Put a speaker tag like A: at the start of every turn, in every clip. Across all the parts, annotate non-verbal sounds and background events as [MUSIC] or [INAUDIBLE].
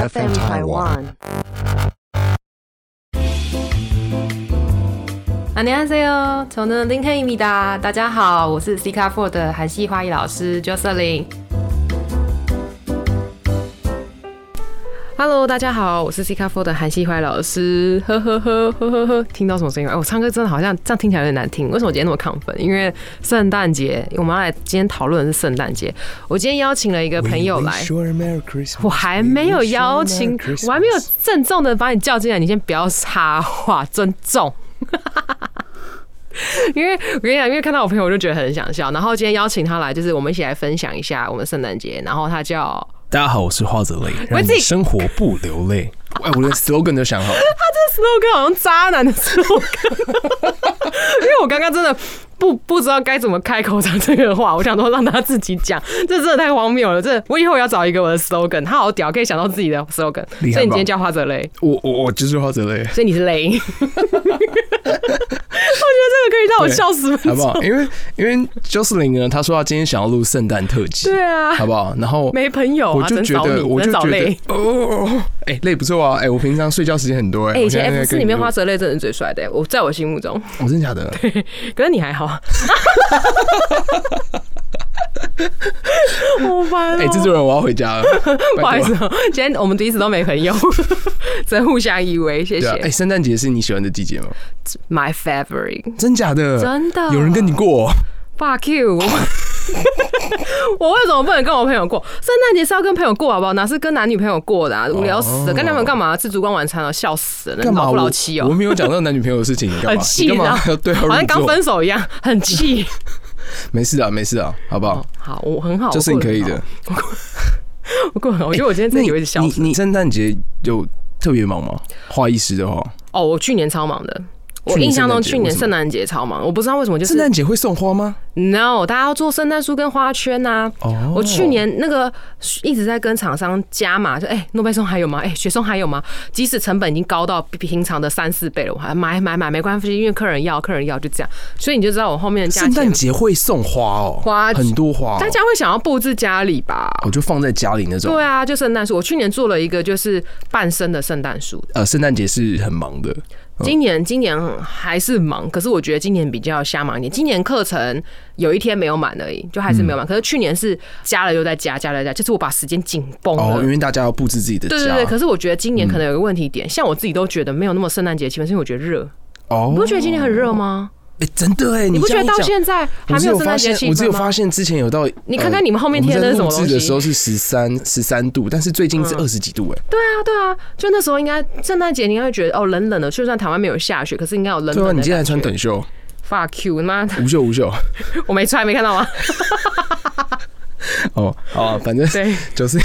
A: FM Taiwan.
B: 안녕하세요，저는 링헤입니다。大家好，我是 C 卡 Four 的韩系花艺老师 Jocelyn。Hello，大家好，我是 C 卡 Four 的韩系花艺老师。呵呵呵呵呵呵，听到什么声音吗？哎我唱歌真的好像这样听起来有点难听。为什么我今天那么亢奋？因为圣诞节，我们要来今天讨论的是圣诞节。我今天邀请了一个朋友来。我还没有邀请，我还没有郑重的把你叫进来，你先不要插话，尊重。 [LAUGHS] 因为我跟你讲，因为看到我朋友，我就觉得很想笑。然后今天邀请他来，就是我们一起来分享一下我们圣诞节。然后他叫
C: 大家好，我是花泽类，
B: 我
C: 让
B: 自己
C: 你生活不流泪。哎， [LAUGHS] 我连 slogan 都想好了，
B: 这 slogan 好像渣男的 slogan，因为我刚刚真的不不知道该怎么开口讲这个话，我想说让他自己讲，这真的太荒谬了。这我以后要找一个我的 slogan，他好屌，可以想到自己的 slogan。所以你
C: 厉害吧
B: 今天叫花泽类，
C: 我我我就是花泽
B: [LAUGHS]
C: 类，
B: 所以你是
C: [LAUGHS]
B: 雷。我觉得这个可以让我笑十
C: 好
B: 分
C: 不
B: 钟。
C: 好？因为因为 Jocelyn 呢，他说他今天想要录圣诞特辑，
B: 对啊，
C: 好不好？然后
B: [LAUGHS] 没朋友
C: 我
B: 啊，
C: 就
B: 真
C: 觉
B: 找你，
C: 得，我
B: 真
C: 就
B: 找
C: 觉得
B: 累。，
C: 哦，哎，累不错啊，哎，我平常睡觉时间很多，哎，
B: 哎、以
C: 我现
B: 前
C: 在
B: F
C: 在
B: 四
C: 跟
B: 里
C: 你
B: 面
C: 录
B: 花，泽类真的是最帅的，我在我心目中。 [LAUGHS]
C: 我真的假的？
B: 可是你还好， [LAUGHS] 好烦、哦。
C: 哎，制作人，我要回
B: [LAUGHS]
C: 家了，不
B: 不好意思、哦，今天我们彼此都没朋友， [LAUGHS] 真互相依偎。谢
C: 对
B: 谢、
C: 啊，哎，圣诞节是你喜欢的季节吗？
B: m y favorite，
C: 真假的？
B: 真的
C: 呃有人跟你过？
B: fuck you 。 [LAUGHS] 我为什么不能跟我朋友过？圣诞节是要跟朋友过，好不好？哪是跟男女朋友过的啊？无聊死了，跟他们干嘛？吃烛光晚餐啊，笑死了，
C: 哦干嘛
B: 老
C: 我？
B: 不老气哦、
C: 我没有讲到男女朋友的事情，你干
B: [LAUGHS]
C: 嘛？
B: 很气
C: 你干
B: 啊
C: 嘛？ [LAUGHS] 对啊，
B: 好像
C: 入
B: 刚
C: 座
B: 分手一样，很
C: [LAUGHS]
B: 气。
C: 没事啊，没事啊，好不好？
B: 好，我很好，
C: 这是你
B: 我过
C: 可
B: 得
C: 以
B: 很
C: 的
B: 好。。我过得很好，我觉得我今天自
C: 那
B: 己
C: 你
B: 有点笑死。
C: 你你圣诞节有特别忙吗？花艺师的话，
B: 哦，我去年超忙的。我
C: 去年
B: 印象中
C: 圣诞节
B: 去
C: 为
B: 年
C: 什么
B: 圣诞节超忙，我不知道为什么，就
C: 圣
B: 是
C: 诞节会送花吗？
B: no，大家要做圣诞树跟花圈呐、啊。
C: 哦
B: 我去年那个一直在跟厂商加码，就哎、诺贝松还有吗？哎、雪松还有吗？即使成本已经高到比平常的三四倍了，我还买买买没关系，因为客人要，客人要就这样。所以你就知道我后面的价
C: 圣诞
B: 钱，
C: 节会送花哦，
B: 花
C: 很多花哦、
B: 大家会想要布置家里吧？
C: 我就放在家里那种。
B: 对啊，就圣诞树。我去年做了一个就是半身的圣诞树，
C: 呃，圣诞节是很忙的，
B: 今年今年还是忙，可是我觉得今年比较瞎忙一点。今年课程有一天没有满而已，就还是没
C: 嗯
B: 有满。可是去年是加了又再加，加了又再加，就是我把时间紧绷
C: 哦，
B: 了。
C: 因为大家要布置自己的家。
B: 对对对，可是我觉得今
C: 嗯
B: 年可能有个问题点，像我自己都觉得没有那么圣诞节气氛，是因为我觉得热。
C: 哦，
B: 你不觉得今年很热吗？
C: 哎、真的哎、
B: 你
C: 你
B: 不觉
C: 这样
B: 得到
C: 一讲
B: 现在还
C: 我
B: 没
C: 只
B: 有
C: 有
B: 圣
C: 发
B: 诞节
C: 现，
B: 气
C: 我只有
B: 氛吗
C: 发？现之前有到，呃
B: 你看看你们后面贴的那
C: 的
B: 是什么东
C: 的
B: 西嗯
C: 时候是十三十三度，但是最近是二十几度哎、
B: 对啊，对啊，就那时候应该圣诞节，你应该会觉得哦冷冷的，就算台湾没有下雪，可是应该有冷冷的
C: 对啊，
B: 感觉。
C: 你今天还穿短袖，
B: fuck you，妈的，
C: 无袖无袖。
B: 我没穿，没看
C: [LAUGHS]
B: 到吗？
C: 哦，好、啊，反正
B: 对，
C: 就是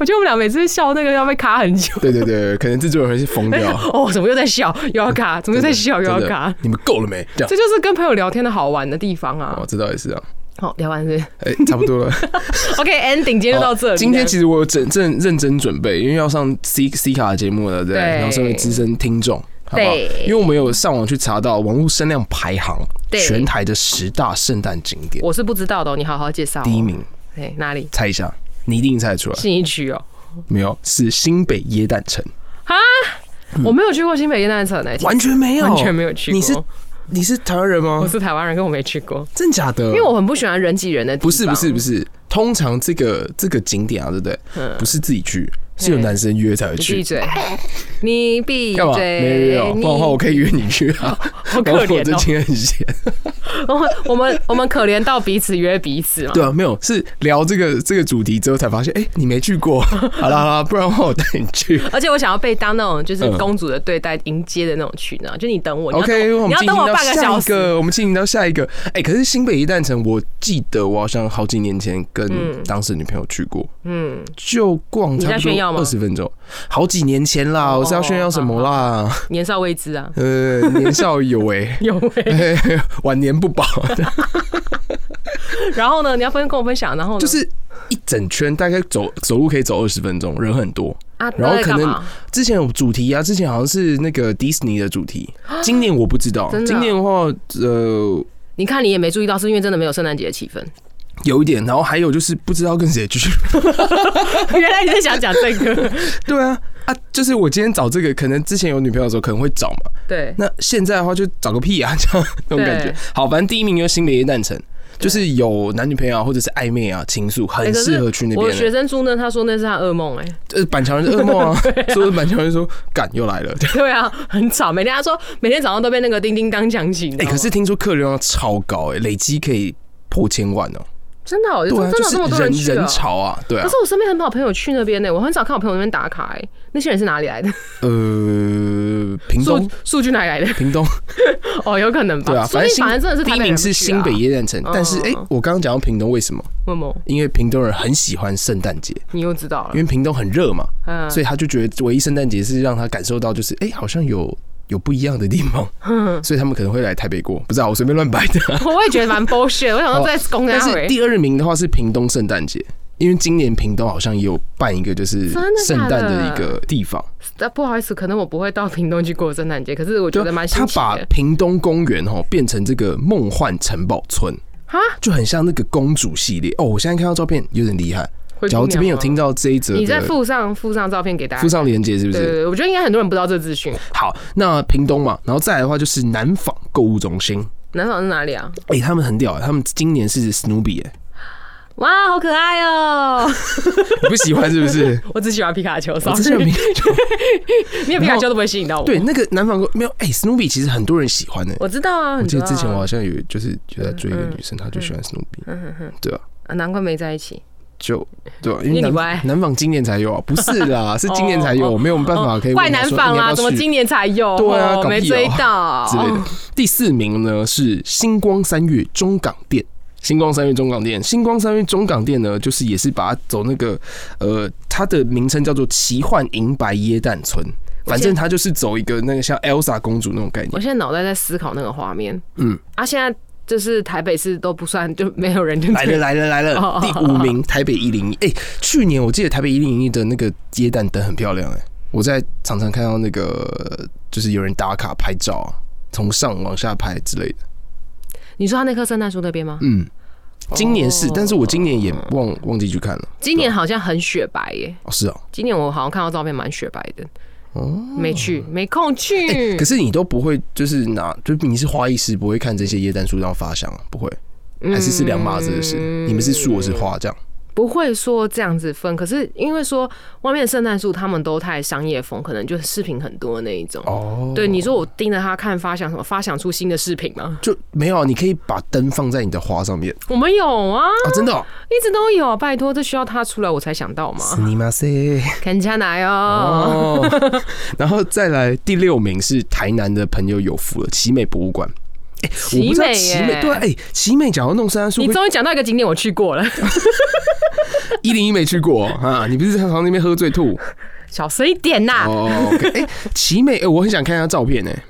B: 我觉得我们俩每次笑那个要被卡很久。
C: 对对对，可能制作人会是疯掉。
B: 哦，怎么又在笑，又要卡，怎么又在笑，又要
C: [LAUGHS] 真的
B: 卡，
C: 你们够了没？这样
B: 这，就是跟朋友聊天的好玩的地方啊
C: 哦，。这倒也是啊，
B: 好，聊完是
C: 哎、 [LAUGHS] 差不多了。哦
B: OK，ending，今天就到这里。
C: 今天其实我有整正认真准备，因为要上 C C 卡的节目了，对不对。
B: 对
C: 然后身为资深听众，好不好
B: 对？
C: 因为我们有上网去查到网络声量排行，
B: 对
C: 全台的十大圣诞景点，
B: 我是不知道的哦，你好好介绍哦。
C: 第一名
B: 哎，哪里？
C: 猜一下，你一定猜得出来，
B: 信义区哦。
C: 没有？是新北耶诞城，嗯
B: 我没有去过新北夜诞城诶，
C: 完全没有，
B: 完全没有去过
C: 你是你是台湾人
B: 我
C: 吗？
B: 是台湾人，跟我没去过，
C: 真假的？
B: 因为我很不喜欢人挤人的地方。
C: 嗯哦不是不是不是，通常这个这个景点啊，对不对？不是自己去，是有男生约才会
B: 嗯你闭
C: 去。
B: 嘴，你闭
C: 干嘛？
B: 嘴，
C: 没约哦，
B: 你
C: 不然的话我可以约你去 [LAUGHS] 啊。
B: 好
C: 然后
B: 可怜
C: 我最
B: 哦。
C: 近很闲。
B: [LAUGHS] 我们我们我们可怜到彼此约彼此嘛。
C: 对啊，没有，是聊这个这个主题之后才发现，哎、你没
B: [LAUGHS]
C: 去过。好啦好啦，不然的话我带你去。
B: 而且我想要被当那种就是
C: 嗯
B: 公主的对待迎接的那种去呢，就你 [LAUGHS] 等我你要
C: OK，
B: 等我
C: 我
B: 你
C: 们
B: 要
C: 进
B: 等
C: 行
B: 我
C: 到
B: 半个
C: 下
B: 小
C: 一
B: 时。
C: 个，我们进行到下一个。哎、可是新北一诞城，我记得我好像好几年前跟当时女朋友去过，
B: 嗯，
C: 就逛
B: 你
C: 差
B: 在
C: 不
B: 炫耀
C: 多
B: 吗
C: 二十分钟，好几年前啦。
B: 哦
C: 我是要炫耀什么啦？
B: 年少未知啊，。
C: 呃，年少有为 [LAUGHS]
B: 有欸。
C: 嘿嘿晚年
B: [LAUGHS]
C: 不保，
B: 然后呢，你要分跟我分享，然后呢
C: 就是一整圈，大概走走路可以走二十分钟，人很多。
B: 啊，
C: 然后
B: 大概
C: 可
B: 干
C: 能
B: 嘛
C: 之前有主题啊，之前好像是那个迪士尼的
B: [GASPS]
C: 主题，今年我不知道
B: 真。的啊
C: 今年的话，呃， [LAUGHS]
B: 你看你也没注意到，是因为真的没有圣诞节的气氛。
C: 有一点，然后还有就是不知道跟谁
B: [LAUGHS]
C: 继续。
B: 原来你是想讲这个？
C: 对啊，啊，就是我今天找这个，可能之前有女朋友的时候可能会找嘛，
B: [LAUGHS] 对，
C: 那现在的话就找个屁啊， [LAUGHS] 这样那种感觉
B: 对。
C: 好，反正第一名就是新北耶诞城，就是有男女朋友啊，或者是暧昧啊、情愫，
B: 哎
C: 很
B: 可是
C: 适合去那
B: 我学
C: 边。
B: 生住那，他说那是他噩梦哎、
C: 呃，板桥人是噩梦啊，所以板桥人说干又来了。
B: [LAUGHS] 对啊，很吵，每天他说每天早上都被那个叮叮当响起。你知道
C: 哎，
B: 吗
C: 可是听说客流量超高，哎，累积可以破千万哦。
B: 真的、哦，
C: 对啊，
B: 真的有这么
C: 就
B: 多
C: 是人
B: 去啊
C: 人？潮啊，对啊
B: 可是。我身边很少朋友去那边欸呢、我很少看我朋友那边打卡、欸。那些人是哪里来的？
C: 呃，屏
B: 数
C: 东，
B: 数据哪里来的？ [LAUGHS]
C: 屏东，
B: 哦，有可能吧。
C: 对啊，
B: 所
C: 反
B: 以
C: 正新
B: 反正真的是
C: 第
B: 台
C: 一
B: 北
C: 名
B: 人不
C: 是
B: 去啊
C: 新北耶诞城，但是
B: 嗯
C: 哎，我刚刚讲到屏东为什么？
B: 为什么？
C: 因为屏东人很喜欢圣诞节，
B: 你又知道了
C: 因。为屏东很热嘛，
B: 嗯，
C: 所以他就觉得唯一圣诞节是让他感受到，就是哎、诶好像有有不一样的地方，
B: 嗯
C: 所以他们可能会来台北过，不知道、我随便乱掰的。啊
B: 我也觉得蛮 bullshit。我想说在公家
C: 哦但是
B: 回，
C: 第二名的话是屏东圣诞节，因为今年屏东好像也有办一个就是
B: 真的假
C: 圣
B: 的
C: 诞的一个地方，
B: 但不好意思，可能我不会到屏东去过圣诞节，可是我觉得蛮新
C: 啊他
B: 奇
C: 把
B: 的。
C: 屏东公园哦变成这个梦幻城堡村。
B: 哈，
C: 就很像那个公主系列哦，我现在看到照片有点厉害。
B: 灰姑
C: 假
B: 娘
C: 如
B: 吗
C: 这边有听，到这一则
B: 你再
C: 的，
B: 附上附上照片给大家。
C: 附上连接是不
B: 啊对
C: 是
B: 对？对，我觉得应该很多人不知道这资讯。
C: 好，那屏东嘛，然后再来的话就是南纺购物中心，
B: 南纺是哪里啊？
C: 哎、他们很屌、欸，他们今年是 Snoopy，、欸、
B: [LAUGHS] 哇，好可爱哦！ [LAUGHS]
C: 你不喜欢是不是？
B: 我只喜欢皮卡丘
C: 我之前有
B: ，sorry，
C: 没
B: [LAUGHS] 你的皮卡丘都不会吸引到我。
C: 对，那个南方哥没有，哎、s n o o p y 其实很多人喜欢的、欸。
B: 我知道啊。嗯
C: 我
B: 很
C: 记
B: 多
C: 得
B: 啊
C: 之前我好像有就是就在追一个女生，她就喜欢 Snoopy，对啊，
B: 啊难怪没在一起。
C: 就对啊，因
B: 因为你
C: 为南
B: 不爱哦
C: 南纺今年才
B: [LAUGHS]
C: 有啊，不是啦，是今年才有，没有办法可以问
B: 怪
C: 她
B: 南
C: 哎说
B: 纺
C: 你要不
B: 啦，
C: 要
B: 怎啊么啊
C: 去
B: 今年才有？
C: 对啊
B: 哦
C: 搞屁哦
B: 没追到哦
C: 之类的。第四名呢是星光三月中港店。星光三月中港店，星光三月中港店呢，就是也是把它走那个，呃，它的名称叫做奇幻银白椰蛋村，
B: 我
C: 反
B: 现
C: 正它就是走一个那个像 Elsa 公主那种概念
B: 我。现在脑袋在思考那个画面。
C: 嗯，
B: 啊，现在就是台北市都不算，就没有人就
C: [LAUGHS] 来了来了来
B: 哦
C: 了，第五名台北一零一，哎，去年我记得台北一零一的那个椰蛋灯很漂亮哎、我在常常看到那个就是有人打卡拍照啊，从上往下拍之类的。
B: 你说他那棵圣诞树那边吗？
C: 嗯，今年是，
B: 哦
C: 但是我今年也忘忘记去看了。
B: 今年好像很雪白耶，
C: 哦，是哦，
B: 今年我好像看到照片蛮雪白的。
C: 哦，
B: 没去，没空
C: 哎、
B: 去。
C: 可是你都不会，就是拿，就是你是花艺师，不会看这些椰蛋树上发香啊，不会，还是是两码子的事。
B: 嗯
C: 你们是树，我是花，这样。
B: 不会说这样子分，可是因为说外面的圣诞树他们都太商业风，可能就是饰品很多的那一种。
C: 哦，
B: 对，你说我盯着他看发想什么，发想出新的饰品吗？
C: 就没有啊，你可以把灯放在你的花上面
B: 我们有啊，
C: 啊，真的、哦。
B: 一直都有啊，拜托，这需要他出来我才想到嘛。
C: [LAUGHS] 死你妈塞！
B: 看家来哦，
C: 哦， [LAUGHS] 然后再来第六名是台南的朋友有福了，奇美博物馆。哎、我不知道奇
B: 奇美
C: 美
B: 耶
C: 对啊，哎、奇美假如弄圣诞树
B: 你
C: 会
B: 终于讲到一个景点我去过
C: 哦
B: 了，
C: 一零一没去过啊？你不是常常那边喝
B: [LAUGHS]
C: 醉吐？
B: 小声一点呐、
C: 哦，OK，哎、奇美、哎，我很想看一下照片哎、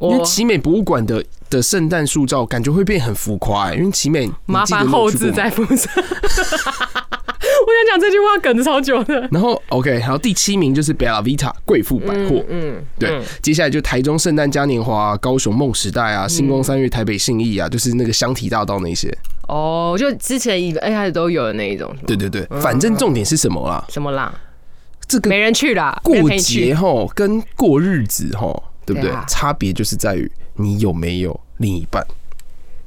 C: 因为
B: 我
C: 奇美博物馆的的圣诞树照感觉会变很浮夸、哎因为奇美你
B: 麻
C: 记得
B: 烦
C: 你有
B: 后
C: 去过
B: 置
C: 吗
B: 再附上。我想讲这句话梗超久的。
C: 然后 OK，然后第七名就是 Bella Vita 贵妇百货，
B: 嗯，
C: 对，接下来就台中圣诞嘉年华、高雄梦时代
B: 嗯
C: 啊、星光三月、台北信义啊，就是那个香体大道那些。
B: 哦，就之前一哎开始都有的那一种，
C: 对对对，反正重点是什么啦？
B: 什么啦，
C: 这个
B: 没人去啦，没人
C: 过
B: 陪你去
C: 节吼跟过日子吼，对不对
B: 对啊？
C: 差别就是在于你有没有另一半。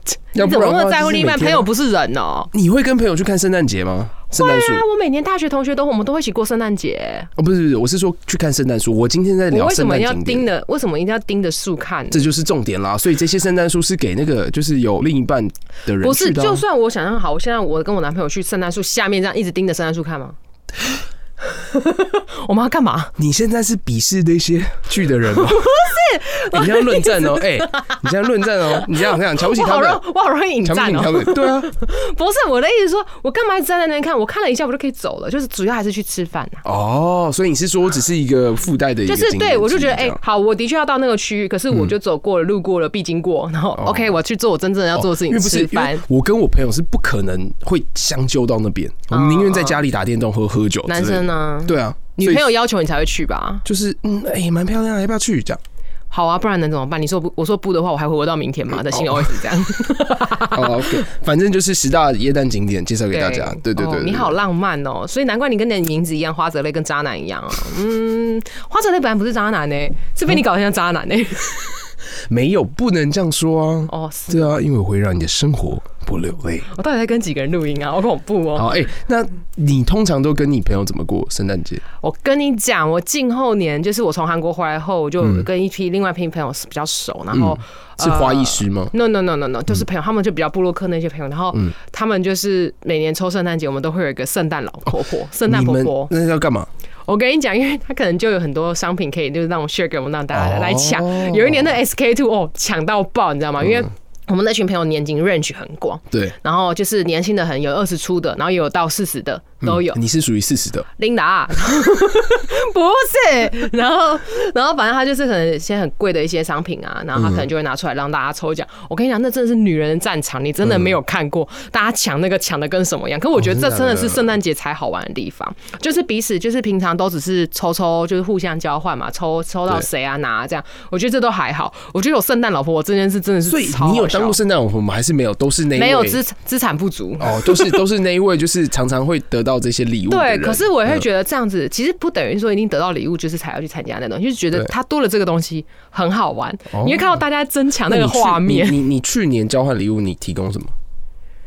C: [LAUGHS] 要
B: 你怎
C: 不
B: 么
C: 然
B: 那
C: 的
B: 么
C: 话
B: 在乎
C: 就是
B: 另一半？
C: 每
B: 朋
C: 天
B: 友不是人哦、
C: 你会跟朋友去看圣诞节吗？圣诞树？
B: 啊，我每年大学同学都我们都会一起过圣诞节，
C: 哦，不是不是，我是说去看圣诞树。我今天在
B: 我
C: 哎聊
B: 为什
C: 圣
B: 么
C: 诞
B: 要
C: 景
B: 盯
C: 点，
B: 着？为什么一定要盯着树看？
C: 这就是重点啦。所以这些圣诞树是给那个就是有另一半的人
B: 不是，
C: 去的啊
B: 就算我想象好，我现在我跟我男朋友去圣诞树下面这样一直盯着圣诞树看
C: [LAUGHS]
B: 吗？我们要干嘛？
C: 你现在是鄙视那些去的
B: [LAUGHS]
C: 人吗？不是，你这样论战哦，哎，你这样论战
B: [LAUGHS]
C: 哦，你这样这样瞧不起
B: 我
C: 他
B: 好
C: 们
B: 容，我好容易引
C: 瞧不起
B: 战
C: 他
B: 哦、
C: 们，
B: [LAUGHS]
C: 对啊，
B: 不是我的意思是说，我干嘛一直站在那边看？我看了一下，我就可以走了。就是主要还是去吃饭啊。
C: 哦，所以你是说只是一个附带的一
B: 就
C: 个
B: 是
C: 经验
B: 对我就觉得
C: 这
B: 哎、
C: 样嗯
B: 好，我的确要到那个区域，可是我就走过了、路过了、必经过，然后 OK，我去做我真正要做的事
C: 哦
B: 情，
C: 因为不是
B: 吃，
C: 因
B: 饭
C: 为。我跟我朋友是不可能会相揪到那边，我们宁愿在家里打电动和喝酒之类的。
B: 哦男生呢、
C: 对啊，
B: 女
C: 所以
B: 朋友要求你才会去吧？
C: 啊就是嗯，哎、蛮漂亮，要不要去？这样
B: 好啊，不然能怎么办？你说不，我说不的话，我还会活到明天吗？在心里 OS 这样。
C: 哦，OK，反正就是十大耶诞景点介绍给大家。 [LAUGHS] 对对
B: 哦
C: 对对
B: 你好浪漫哦，所以难怪你跟你的名字一样，花泽类跟渣男一样啊。嗯，花泽类本来不是渣男呢、是被你搞得像渣男
C: 嗯
B: 呢、
C: 没有不能这样说啊。
B: 哦，是，
C: 对啊，因为我会让你的生活不流泪。
B: 我到底在跟几个人录音啊？好恐怖哦！
C: 好，哎、那你通常都跟你朋友怎么过圣诞节？
B: 我跟你讲，我近后年就是我从韩国回来后，我就
C: 嗯
B: 跟一批另外一批朋友是比较熟，然后、
C: 是
B: 呃
C: 花艺师吗？
B: No no no no no，就是
C: 嗯
B: 朋友，他们就比较布洛克那些朋友，然后他们就是每年抽圣诞节，我们都会有一个圣诞老婆婆、圣诞
C: 哦你
B: 婆
C: 们
B: 婆。
C: 那要干嘛？
B: 我跟你讲，因为他可能就有很多商品可以就是让我 share 给我们让大家
C: 哦
B: 来抢。有一年的 SK two 哦，抢到爆，你知道吗？因
C: 嗯
B: 为我们那群朋友年龄 range 很广，
C: 对，
B: 然后就是年轻的很有二十出的，然后也有到四十的都有。
C: 你是属于四十的，
B: 琳达， [LAUGHS] 不是，然后然后反正他就是可能一些很贵的一些商品啊，然后他
C: 嗯
B: 可能就会拿出来让大家抽奖。我跟你讲，那真的是女人的战场，你真的没有看过，
C: 嗯
B: 大家抢那个抢的跟什么样？可我
C: 哦
B: 觉得这真的是圣诞节才好玩的地方，就是彼此就是平常都只是抽抽，就是互相交换嘛，抽抽到
C: 对
B: 谁啊拿啊这样，我觉得这都还好。我觉得有圣诞老婆婆这件事真的是
C: 所以
B: 超好
C: 你有当
B: 笑
C: 过圣诞老婆吗？还是没有？都是那一位
B: 没有资资产不足
C: 哦，都是都是那一位，就是常常会得到这些礼物
B: [LAUGHS]
C: 的
B: 对，
C: 人。
B: 可是我也会觉得这样子，其实不等于说一定得到礼物就是才要去参加那种，就是觉得
C: 对
B: 他多了这个东西很好玩，
C: 哦
B: 你会看到大家争抢啊那个
C: 你去
B: 画面。
C: 你你你去年交换礼物，你提供什么？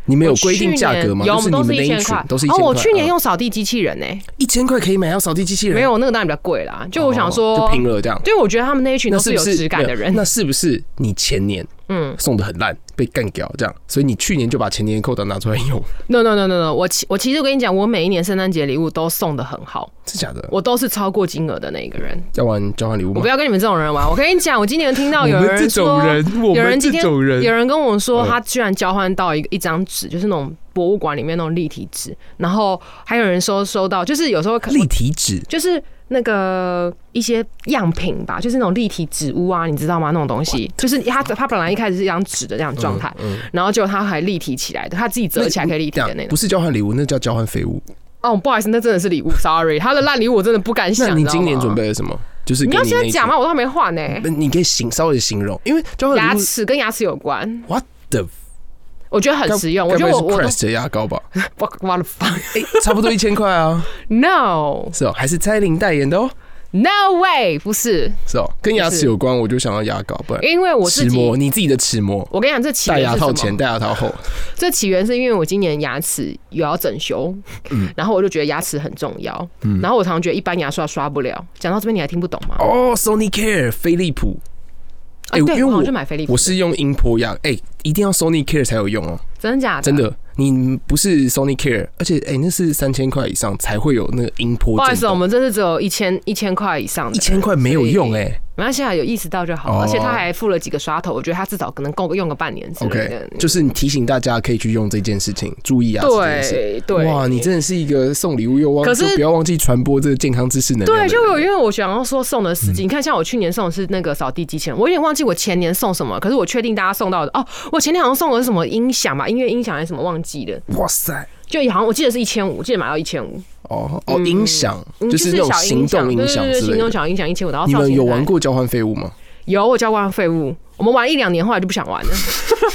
C: 你们有规定价格吗？
B: 我去年有，我
C: 就
B: 们
C: 是你
B: 都
C: 们
B: 是
C: 那
B: 一
C: 一
B: 千
C: 群
B: 块。
C: 都是一
B: 哦，
C: 千块。
B: 我去年
C: 嗯
B: 用扫地机器人呢、
C: 一千块可以买到扫地机器人，
B: 没有那个当然比较贵啦。就
C: 哦，
B: 我想说
C: 就，拼了这样。
B: 对，我觉得他们那一群
C: 那
B: 都
C: 是
B: 有
C: 不是
B: 质感的
C: 没有
B: 人。
C: 那是不是你前年嗯送的很烂，被干掉这样？所以你去年就把前年的扣打拿出来用，
B: No no no no no，我其我其实我跟你讲，我每一年圣诞节礼物都送的很好，
C: 是假的？
B: 我都是超过金额的那一个人。
C: 要玩交换礼物
B: 我
C: 吗
B: 不？要跟你们这种人玩。我跟你讲，我今年听到
C: 我
B: 有
C: 们
B: 人
C: 这种
B: 说
C: 人我
B: 有
C: 们
B: 人
C: 这
B: 今天
C: 种人
B: 有人跟我说，
C: 嗯
B: 他居然交换到一个一张纸，就是那种博物馆里面那种立体纸，然后还有人收收到，就是有时候可
C: 立体纸
B: 就是那个一些样品吧，就是那种立体纸屋啊，你知道吗？那种东西，就是他他本来一开始是一张纸的这样的状态，
C: 嗯
B: 然后结果他还立体起来的，他自己折起来可以立体的
C: 那
B: 那
C: 你
B: 种
C: 不。是交换礼物，那叫交换废物。
B: 哦，不好意思，那真的是礼物，sorry，他的烂礼物我真的不敢想。
C: 那你
B: 知道
C: 今年
B: 吗
C: 准？备了什么？就是
B: 你
C: 给
B: 要
C: 那
B: 现在
C: 一
B: 讲
C: 群
B: 吗？我都还没换呢、
C: 不你可以形稍微形容，因为交换
B: 哎牙
C: 礼物
B: 齿跟牙齿有关，
C: ，what the，
B: 我觉得很
C: 该
B: 实用。
C: 该
B: 我
C: 不
B: 觉
C: 会
B: 得
C: 是
B: 我我都
C: Crest 的牙膏吧？
B: 我我的 fuck [LAUGHS]
C: 哎，差不多一千块啊， [LAUGHS]
B: no
C: 是哦，还是蔡依林代言的哦，
B: no way 不是，
C: 是哦，跟牙齿有关，我就想要牙膏，不然
B: 因为我自
C: 齿
B: 己，
C: 模，你自己的齿模，
B: 我跟你讲这起
C: 呃戴
B: 源
C: 牙
B: 是
C: 套
B: 什
C: 前，
B: 么？
C: 戴牙套后，
B: 这起源是因为我今年牙齿有要整修，
C: 嗯
B: 然后我就觉得牙齿很重要，然后我常常觉得一般牙刷刷不了。讲到这边你还听不懂吗？
C: 哦，Sony Care 飞利浦，
B: 啊
C: 哎
B: 对，
C: 因为
B: 我好
C: 我
B: 像就买飞利浦的，
C: 我是用音波牙，哎，一定要 Sony Care 才有用哦，
B: 真的假的？
C: 真。的。你不是 Sony Care，而且哎、那是三千块以上才会有那个音波震动。
B: 不好意思，我们这是只有一千一千块以上的，
C: 一千块没有用哎、
B: 没关系啊，有意识到就好。
C: 哦
B: 而且他还付了几个刷头，我觉得他至少可能够用个半年之类
C: OK，
B: 的。
C: 就是你提醒大家可以去用这件事情，注意牙齿这件事。
B: 对对，
C: 哇，你真的是一个送礼物又忘，
B: 可是
C: 就不要忘记传播这个健康知识能量的
B: 对，
C: 人。
B: 就有因为我想要说送的
C: 嗯
B: 时机，你看像我去年送的是那个扫地机器人，我有点忘记我前年送什么，可是我确定大家送到的哦，我前年好像送的是什么音响吧，音乐音响还是什么忘记了，
C: 哇塞，
B: 就好像我记得是一千五，记得买到一千五，
C: 哦哦，音响
B: 嗯
C: 就是那种
B: 小
C: 行动
B: 对
C: 音响
B: 对对，
C: 之
B: 行
C: 类
B: 动
C: 的。
B: 小音响一千五，然后
C: 你
B: 到
C: 们
B: 现
C: 有
B: 在
C: 玩？过交换废物吗？
B: 有，我交换废物。我们玩一两年，后来就不想玩了，因为 [LAUGHS] 当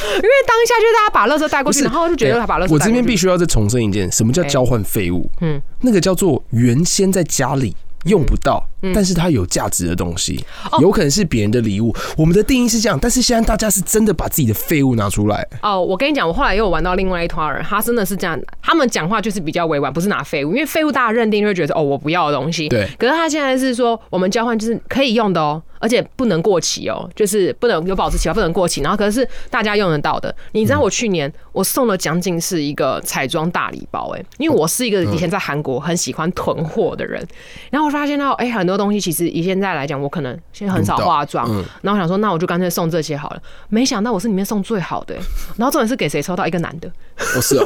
B: 下就是大家把垃圾带过去，
C: 不是哎
B: 然后就觉得他把垃圾带
C: 我
B: 过去。
C: 这边必须要再重申一件，什么叫
B: 哎
C: 交换废物？嗯
B: 嗯，
C: 那个叫做原先在家里用不到，
B: 嗯
C: 但是它有价值的东西，
B: 哦
C: 有可能是别人的礼物。我们的定义是这样，但是现在大家是真的把自己的废物拿出
B: [LAUGHS]
C: 来，
B: 哦，我跟你讲，我后来又玩到另外一团人，他真的是这样，他们讲话就是比较委婉，不是拿废物，因为废物大家认定就会觉得哦，我不要的东西。
C: 对
B: 可是他现在是说，我们交换就是可以用的哦，而且不能过期哦，就是不能有保质期吧，不能过期。然后可是大家用得到的。你知道我去年我送了将近是一个彩妆大礼包、哎，因为我是一个以前在韩国很喜欢囤货的人，然后我发现到哎、很多东西其实以现在来讲，我可能现在很少
C: 用不到嗯
B: 化妆，然后我想说那我就干脆送这些好了。没想到我是里面送最好的、哎然后重点是给谁抽到一个
C: [LAUGHS]
B: 男的，
C: 不是哦，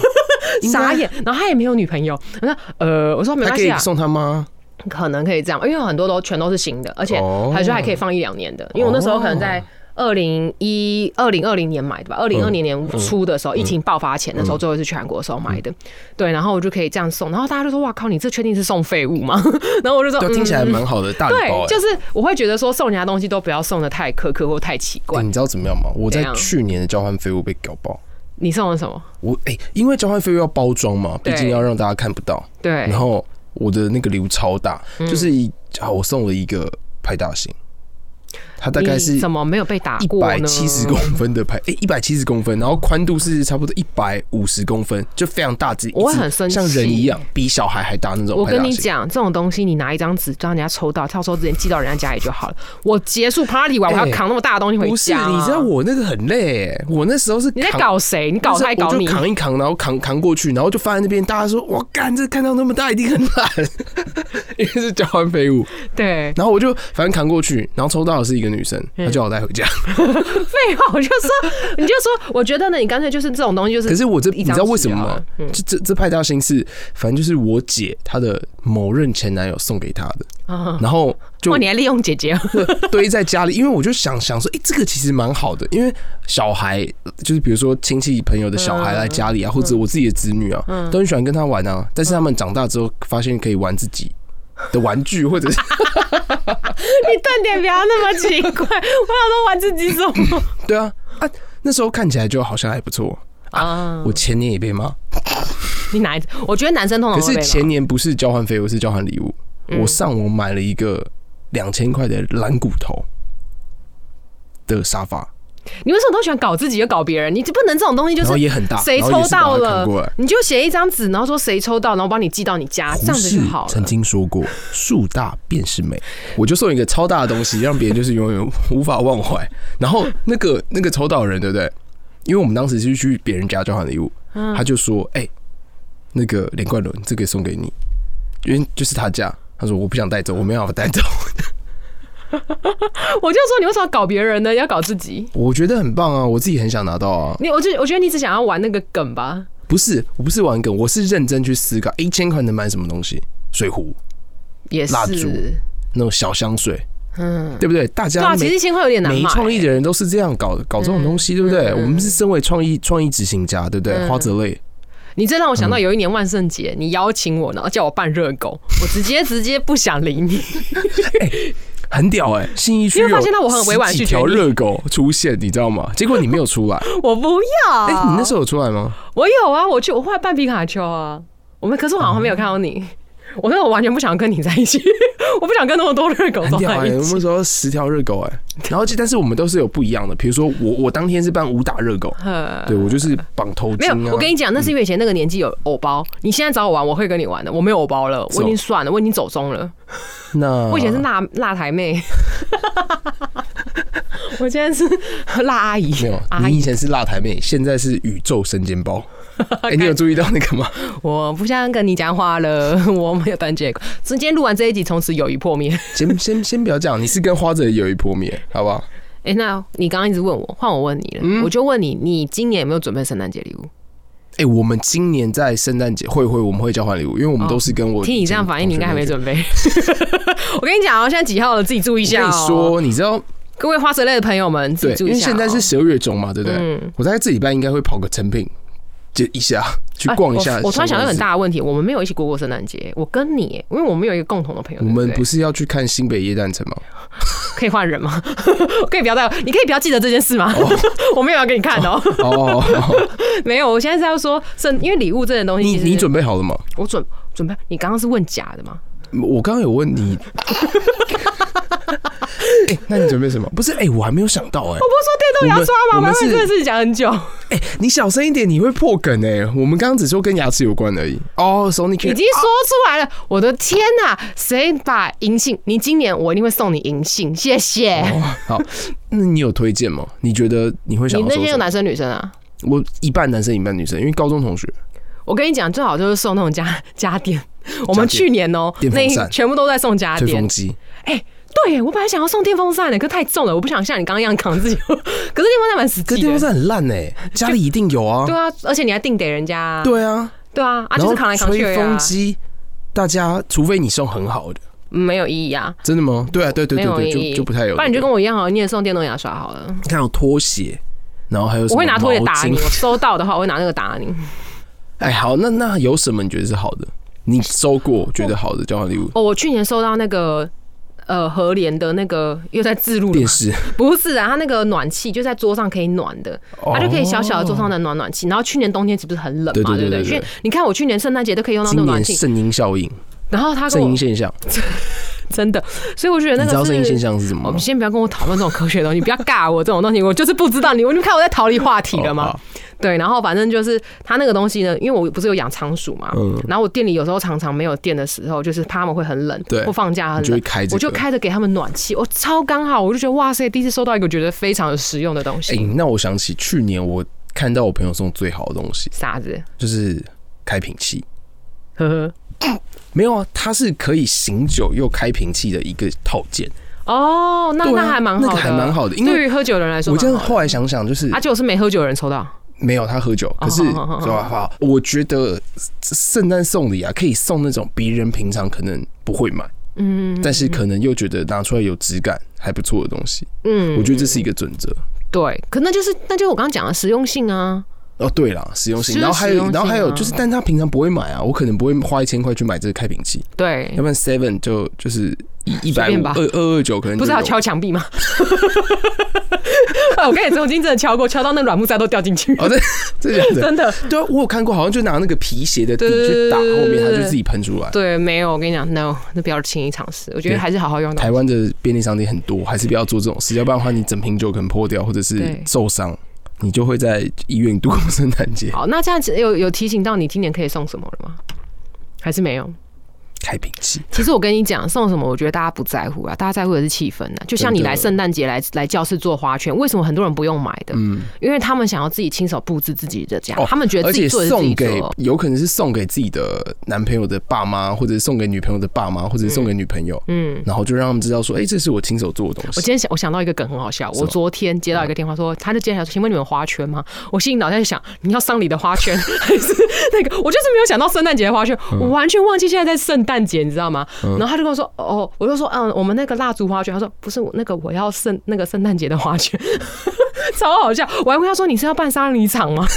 C: 应该
B: 傻眼，然后他也没有女朋友。我说呃，我说没关
C: 还可
B: 系
C: 以
B: 啊，
C: 送他吗？
B: 可能可以这样，因为有很多都全都是新的，而且
C: 哦
B: 还说还可以放一两年的。因为我那时候可能在二零一二零二零年买的吧，二零二零
C: 嗯
B: 年初的时候，疫情爆发前那时候最后一次去韩国的时候买的，对，然后我就可以这样送，然后大家就说哇靠，你这确定是送废物吗？ [LAUGHS] 然后我就说
C: 对啊，
B: 嗯
C: 听起来蛮好的，大礼
B: 对，
C: 包哎、
B: 就是我会觉得说送人家东西都不要送的太苛刻或太奇怪。
C: 欸你知道怎么样吗？我在
B: 怎样
C: 去年的交换废物被搞爆。
B: 你送了什么？
C: 我哎、因为交换废物要包装嘛，
B: 对
C: 毕竟要让大家看不到。
B: 对嗯
C: 然，后我的那个礼物超大，就是一啊，我送了一个派大星，它大概是
B: 你怎么没有被打
C: 一
B: 过
C: 百
B: 呢？
C: 七十公分的牌，哎，一百七十公分，然后宽度是差不多一百五十公分，就非常大只，
B: 我会
C: 一只
B: 很生气
C: 像人一样，比小孩还大那种。
B: 我跟你，讲，这种东西你拿一张纸让人家抽到，到时候直接寄到人家家里就好了。我结束 party 完，我还要
C: 哎
B: 扛那么大的东西回
C: 不是，
B: 家、啊
C: 你知道我那个很累、我那时候是
B: 你在
C: 扛。
B: 搞谁？你搞他，还搞
C: 我就
B: 你？
C: 扛一扛，然后扛扛过去，然后就放在那边。大家说：“我干，这看到那么大，一定很懒， [LAUGHS] 因为是交换废物。”
B: 对，
C: 然后我就反正扛过去，然后抽到的是一个女生，
B: 嗯
C: 她叫我带回家。
B: 废话，我就说，你就说，我觉得呢，你干脆就是这种东西，就是
C: 可是我这
B: 一
C: 你
B: 张
C: 知道为什么
B: 纸啊
C: 吗？这这这派大星是，反正就是我姐她的某任前男友送给她的，
B: 啊，
C: 然后就
B: 哇，你还利用姐姐，
C: [LAUGHS] 堆在家里，因为我就想想说，哎、这个其实蛮好的，因为小孩就是比如说亲戚朋友的小孩来家里啊，或者我自己的子女啊，
B: 嗯
C: 都很喜欢跟他玩啊。但是他们长大之后发现可以玩自己的玩具，或者
B: 嗯
C: 是
B: 你断点不要那么奇怪，我想说玩自己什
C: [LAUGHS]
B: 么
C: [LAUGHS] 对啊啊，那时候看起来就好像还不错。
B: 啊？
C: 我前年也被骂，
B: 你哪一？我觉得男生通常
C: 可
B: 会
C: 是
B: 被骂
C: 前年不是交换废物，是交换礼物。
B: 嗯
C: 我上网买了一个两千块的蓝骨头的沙发，
B: 你为什么都喜欢搞自己又搞别人？你就不能这种东西就
C: 然后
B: 是
C: 也很大，
B: 谁
C: 然后
B: 抽
C: 也是把它
B: 到
C: 扛
B: 了
C: 过来，
B: 你就写一张纸，然后说谁抽到，然后帮你寄到你家，这
C: 胡
B: 样子
C: 适
B: 就好
C: 曾
B: 了。
C: 经说过：“树大便是美。”我就送一个超大的东西，让别人就是永远无法忘怀。然后那个那个抽到的人，对不对？因为我们当时是去别人家交换礼物，
B: 嗯
C: 他就说：“哎、那个连贯伦，这个送给你，因为就是他家。”他说：“我不想带走，我没办法带走。 [LAUGHS]
B: 我就说你为什么要搞别人呢？要搞自己？”
C: 我觉得很棒啊，我自己很想拿到啊。
B: 你我就我觉得你只想要玩那个梗吧。
C: 不是，我不是玩梗，我是认真去思考，一千块能买什么东西？水壶，
B: 也
C: 蜡烛
B: 是，
C: 那种小香水，
B: 嗯，
C: 对不对？大
B: 对
C: 家
B: 啊，
C: 每
B: 其实一千块有点难
C: 没
B: 买、嗯
C: 创意的人都是这样搞搞这种东西，对不对？我们是身为创意创意执行家，对
B: 嗯
C: 不对？花泽类，
B: 你这让我想到有一年万圣节，你邀请我，然后叫我扮热狗，我直接直接不想理你。
C: 嗯很屌哎、信义区
B: 你有
C: 有
B: 发现到我很委婉
C: 十几
B: 拒绝
C: 条
B: 你
C: 热狗出现，你知
B: [LAUGHS]
C: 道吗？结果你没有出来，
B: [LAUGHS] 我不要。
C: 哎、你那时候有出来吗？
B: 我有啊，我去，我后来扮皮卡丘啊。我们可是我好像没有看到你。
C: 哦
B: 我那我完全不想跟你在一起， [LAUGHS] 我不想跟那么多热狗
C: 很
B: 都
C: 屌哎、
B: 在
C: 我
B: 一
C: 们
B: 起。
C: 那时候十条热狗哎、然后就但是我们都是有不一样的，比如说我我当天是办武打热狗，
B: 呃
C: 对我就是绑头
B: 没
C: 巾、啊，
B: 有，我跟你讲，那是因为以前那个年纪有偶包。你现在找我玩，我会跟你玩的。我没有偶包了，
C: 是哦
B: 我已经算了，我已经走中了。
C: 啊那
B: 我以前是辣辣台妹， [LAUGHS] 我现在是辣阿姨。
C: 没有
B: 阿，
C: 你
B: 姨
C: 以前是辣台妹，现在是宇宙神煎
B: [LAUGHS]
C: 包。哎、你有注意到那个吗？
B: 我不想跟你讲话了， [LAUGHS] 我没有断绝过。今天录完这一集，从此友谊破灭。 [LAUGHS]
C: 先 [LAUGHS] 先先不要讲，你是跟花泽有一波灭，好不好？
B: 哎、那你刚刚一直问我，换我问你了，
C: 嗯
B: 我就问你，你今年有没有准备圣诞节礼物？
C: 哎、我们今年在圣诞节会会我们会交换礼物，因为我们
B: 哦
C: 都是跟我、
B: 听你这样反应，你应该还没
C: 准。
B: 准备。 [LAUGHS] 我跟你讲哦，现在几号了，自己注意一
C: 我跟
B: 下
C: 你
B: 哦。
C: 说，你知道
B: 各位花泽类的朋友们，自
C: 对
B: 己，注
C: 因
B: 意一
C: 为
B: 下哦、
C: 现在是十二月中嘛，对不对？
B: 嗯
C: 我大概这礼拜应该会跑个成品，就一下去
B: 哎
C: 逛一下、
B: 我。我突然想到一个很，大的问题，我们没有一起过过圣诞节。我跟你，因为我们有一个共同的朋友，
C: 我们
B: 对
C: 不
B: 对
C: 是要去看新北夜
B: [LAUGHS]
C: 诞城吗？
B: 可以换人吗？ [LAUGHS] 可以不要再，你可以不要记得这件事吗？ [LAUGHS] 我没有要给你看
C: [LAUGHS]
B: 哦，
C: 哦，
B: 没有。我现在是要说圣，因为礼物这件东西
C: 你
B: 其实，
C: 你准备好了吗？
B: 我准准备，你刚刚是问假的吗？
C: 我刚刚有问
B: [LAUGHS]
C: 你。哎、那你准备什么？不是，哎、我还没有想到哎、
B: 我不是说电动牙刷
C: 我
B: 吗？
C: 们
B: 我
C: 我
B: 们
C: 们是
B: 真的是讲很久。
C: 哎、你小声一点，你会破梗哎、我们刚刚只说跟牙齿有关而已。哦、s o n y
B: 已经说出来了，我的天呐、谁把银杏？你今年我一定会送你银杏，谢谢。
C: 哦，好，那你有推荐吗？你觉得哦你会想
B: 你
C: 要
B: 那
C: 收
B: 些有
C: 什么？
B: 男生女生啊？
C: 我一半男生一半女生，因为高中同学
B: 我跟你讲，最好就是送那种家家电。我们
C: 家电
B: 去年哦、
C: 电
B: 那
C: 风
B: 一
C: 扇
B: 全部都在送家
C: 吹
B: 电
C: 风。机，
B: 哎、对耶，我本来想要送电风扇的，可太重了，我不想像你刚刚一样扛自己。可 [LAUGHS] 是电风扇蛮实
C: 可
B: 际
C: 是电风
B: 的。
C: 扇很烂哎，家里一定有啊
B: 对。啊，而且你还定得人家、啊。
C: 对啊，
B: 对啊，啊
C: 然
B: 就
C: 后
B: 是扛来扛去
C: 吹
B: 而已啊
C: 风。机，大家除非你送很好的，
B: 没有意义啊。
C: 真的吗？对啊，对对
B: 没
C: 对
B: 有意
C: 对，
B: 义
C: 就就不太有那个。
B: 不然你就跟我一样好了，哦你也送电动牙刷好了。
C: 你看有拖鞋，然后还有什
B: 我
C: 么
B: 会拿拖鞋
C: 毛
B: 打
C: 巾
B: 你，我收到的话我会拿那个打你。
C: 哎，好，那那有什么你觉得是好的？你收过觉得好的交换礼物？
B: 哦，我去年收到那个呃和联的那个又在自录了
C: 电
B: 吗，
C: 视，
B: 不是啊，它那个暖气就在桌上可以暖的，它就可以小小的桌上
C: 哦。
B: 的暖暖气。然后去年冬天是不是很冷
C: 对
B: 嘛，
C: 对
B: 对不
C: 对
B: 对？
C: 对
B: 去
C: 对
B: 你看我去年圣诞节都可以用到那
C: 今
B: 个暖
C: 年
B: 气，
C: 圣婴效应，
B: 然后他跟
C: 圣
B: 我
C: 婴现象，
B: 真的，所以我觉得
C: 你
B: 那
C: 知道
B: 个
C: 圣婴现
B: 是。
C: 象是什么
B: 我
C: 吗
B: 们？先不要跟我讨论这种科学的东西，你不要尬我这种东西，我就是不知道你，你们看我在逃离话题了吗？
C: 哦？
B: 对，然后反正就是它那个东西呢，因为我不是有养仓鼠嘛，
C: 嗯
B: 然后我店里有时候常常没有电的时候，就是怕它们会很冷，
C: 对
B: 或放假
C: 好你
B: 很
C: 就会
B: 冷。
C: 开这个。
B: 啊我就。开着给他们暖气，我、超刚好，我就觉得哇塞，第一次收到一个觉得非常有实用的东
C: 哎
B: 西，，
C: 那我想起去年我看到我朋友送最好的东西，
B: 啥子？
C: 就是开瓶器。
B: 呵呵，
C: 没有啊，它是可以醒酒又开瓶器的一个套件。
B: 哦，那、
C: 对啊
B: 那还蛮
C: 那
B: 好
C: 个
B: 的，
C: 还蛮好的，因为
B: 对于喝酒的人来说
C: 我
B: 蛮好
C: 这
B: 的，
C: 样后来想想，就是
B: 而且我是没喝酒的人抽到，
C: 没有他喝酒，可是
B: 哦好好好
C: 对吧？好我觉得圣诞送礼啊，可以送那种别人平常可能不会买，
B: 嗯
C: 但是可能又觉得拿出来有质感还不错的东西。
B: 嗯
C: 我觉得这是一个准则。
B: 对，可那就是那就是我刚刚讲的实用性啊，
C: 哦，对啦，实用性，
B: 是
C: 然后还有
B: 实用，性啊
C: 然后还有就是，但他平常不会买啊，我可能不会花一千块去买这个开瓶器，
B: 对
C: 要，不然 Seven 就就是一一
B: 嗯随
C: 百五
B: 便吧
C: 二二二九可能就
B: 不是
C: 有
B: 要敲墙壁吗？ [LAUGHS] 啊我跟你曾经真的敲过，敲到那软木塞都掉进去，
C: 哦， [LAUGHS] 这这样
B: [LAUGHS]
C: 的，
B: 真的。
C: 对啊，我有看过，好像就拿那个皮鞋的底
B: 对对
C: 去打，
B: 对对
C: 后面它
B: 对
C: 就自己喷出来。
B: 对，没有，我跟你讲，no，那不要轻易尝试。我觉
C: 对
B: 得还是好好用的。
C: 台湾的便利商店很多，还是不要做这种事，要不然的话你整瓶酒可能破掉，或者是
B: 对
C: 受伤，你就会在医院度过圣诞节。
B: 好，那这样子有有提醒到你今年可以送什么了吗？还是没有？
C: 开瓶器，
B: 其实我跟你讲，送什么，我觉得大家不在乎啊，大家在乎的是气氛啊。就像你
C: 真的
B: 来圣诞节来来教室做花圈，为什么很多人不用买的？
C: 嗯，
B: 因为他们想要自己亲手布置自己的家，
C: 哦
B: 他们觉得
C: 而
B: 自己
C: 且
B: 做的是自
C: 送
B: 己
C: 给
B: 做。
C: 有可能是送给自己的男朋友的爸妈，或者是送给女朋友的爸妈，或者是送给女朋友，
B: 嗯，
C: 然后就让他们知道说，哎、这是我亲手做的东
B: 我
C: 西。
B: 今天想，我想到一个梗很好笑。我昨天接到一个电话说，他就接下来说：“请问你们有花圈吗？”我心里脑袋在想，你要丧礼的花
C: [LAUGHS]
B: 圈还是那个？我就是没有想到圣诞节的花圈，
C: 嗯
B: 我完全忘记现在在圣诞节，你知道吗？然后他就跟我说：“哦，我就说，嗯，我们那个蜡烛花圈。”他说：“不是，我那个我要圣那个圣诞节的花圈。” [LAUGHS] 超好笑！我还问他说：“你是要办丧礼场
C: 哎
B: 吗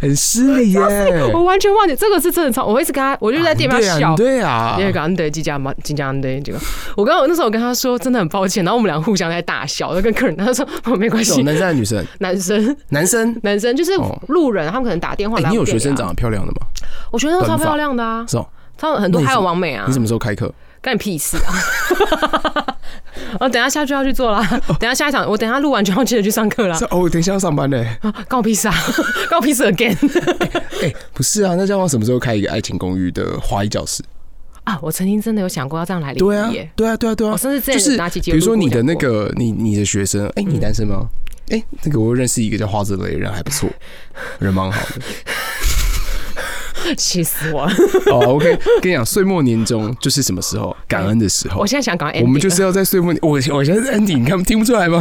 C: 很失礼耶、？”啊
B: 我完全忘记这个是真的超，我一直跟他，我就在店里
C: 对
B: 面
C: 啊，
B: 笑
C: 你。对啊
B: 因，为刚对即将嘛，即将对这个，我刚刚那时候我跟他说真的很抱歉，然后我们俩互相在大笑，就跟客人他说哦没关
C: 这种
B: 系，
C: 男生还是
B: [LAUGHS]
C: 女生，
B: 男生
C: 男生，
B: 男生就是
C: 哦
B: 路人，他们可能打电话
C: 哎、
B: 来、
C: 你有学生长，得漂亮的吗？
B: 我学生都超
C: 短发
B: 漂亮的啊，
C: 是哦，
B: 他们很多
C: 那你
B: 还有
C: 怎么
B: 王美啊
C: 你，什么时候开课？
B: 干你屁事啊！ [LAUGHS] 我等一下下去要去做啦，等一下下一场我等一下录完就要接着去上课啦
C: 是，哦，我等一下要哦上班嘞。
B: 关我屁
C: [LAUGHS]
B: 事啊，关我屁事 again
C: 哎、不是啊，那这样我什么时候开一个爱情公寓的花艺教室？
B: 啊！我曾经真的有想过要这样来
C: 对啊
B: 临业，，
C: 对啊，对啊，对啊
B: 我，甚至之
C: 就
B: 前
C: 是
B: 拿起
C: 比
B: 节
C: 如
B: 目
C: 说
B: 录
C: 你
B: 过
C: 的
B: 讲
C: 那
B: 过嗯
C: 个你你的学生，哎、你单身吗？哎、那个我又认识一个叫花泽类的人，还不
B: [LAUGHS]
C: 错，人蛮好的。
B: [LAUGHS] 气死
C: [LAUGHS]
B: 我了！
C: 哦，OK，跟你讲，岁末年终就是什么时候？感恩的时候
B: 我。现在想搞 ending，
C: 我们就是要在岁末年，我我现在是 ending，你看听不出来吗？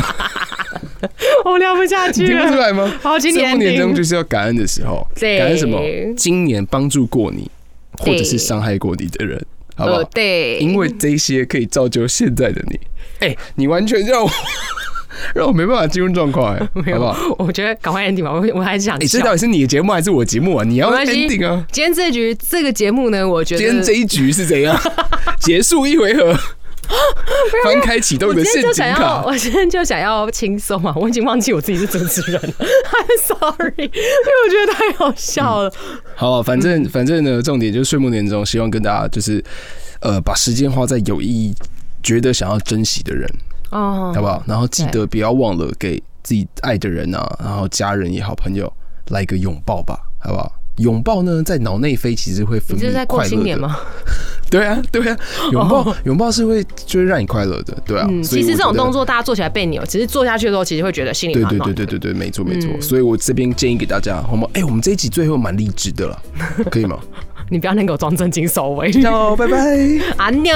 B: [LAUGHS] 我聊不下
C: 你
B: 去
C: 听不出
B: 了。
C: 来吗？
B: 好，今
C: 岁
B: 年
C: 末年
B: ending
C: 终就是要感恩的时候，
B: 对
C: 感恩什么？今年帮助过你，或者是伤害过你的人，好不好
B: 呃，？对，
C: 因为这些可以造就现在的你。哎、你完全让我 [LAUGHS] 让我没办法进入状况、哎，
B: [LAUGHS] 没
C: 好
B: 有
C: 不好？，
B: 我觉得赶快 ending 吧， [LAUGHS] 我我还是想
C: 哎、
B: 笑。
C: 这到底是你的节目还是我的节目啊？你要
B: 没关系
C: ending 啊！
B: 今天这局这个节目呢，我觉得
C: 今天这一局是
B: [LAUGHS]
C: 怎样？结束一回合，翻开启动
B: 我
C: 你的
B: 今天
C: 陷
B: 就
C: 阱
B: 想要，
C: 卡。
B: 我今天就想要 [LAUGHS] 轻松嘛，我已经忘记我自己是主持
C: [LAUGHS]
B: 人了，I'm sorry，因为我觉得太好笑了。
C: 好、反正反正呢，重点就是岁末年终，希望跟大家就是呃，把时间花在有意义、觉得想要珍惜的人，
B: 哦，
C: 好不好？然后记
B: 对
C: 得不要忘了给自己爱的人啊，然后家人也好，朋友来个拥抱吧，好不好？拥抱呢，在脑内啡其实会分
B: 你这
C: 泌
B: 是在过
C: 快
B: 新
C: 乐
B: 年
C: 的，
B: 吗？哦
C: 对啊，对啊，拥抱拥抱是会就会让你快乐的，对啊。
B: 嗯，
C: 所以
B: 其实
C: 我
B: 这
C: 觉
B: 种
C: 得
B: 动作大家做起来被扭，只是做下去的时候，其实会觉得心里
C: 对
B: 暖
C: 对
B: 暖
C: 对
B: 的。
C: 对对对，没错没错。
B: 嗯
C: 所以我这边建议给大家，好吗？哎、我们这一集最后蛮励志的了，可以吗？
B: 你不要能给我装正经收尾。
C: 好，拜拜。
B: 安妞。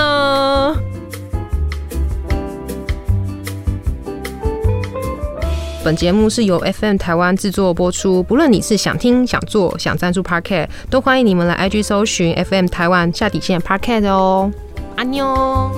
B: 本节目是由 FM 台湾制作播出。不论你是想听、想做、想赞助 Parket，都欢迎你们来 IG 搜寻 FM 台湾下底线 Parket 哦。安妞。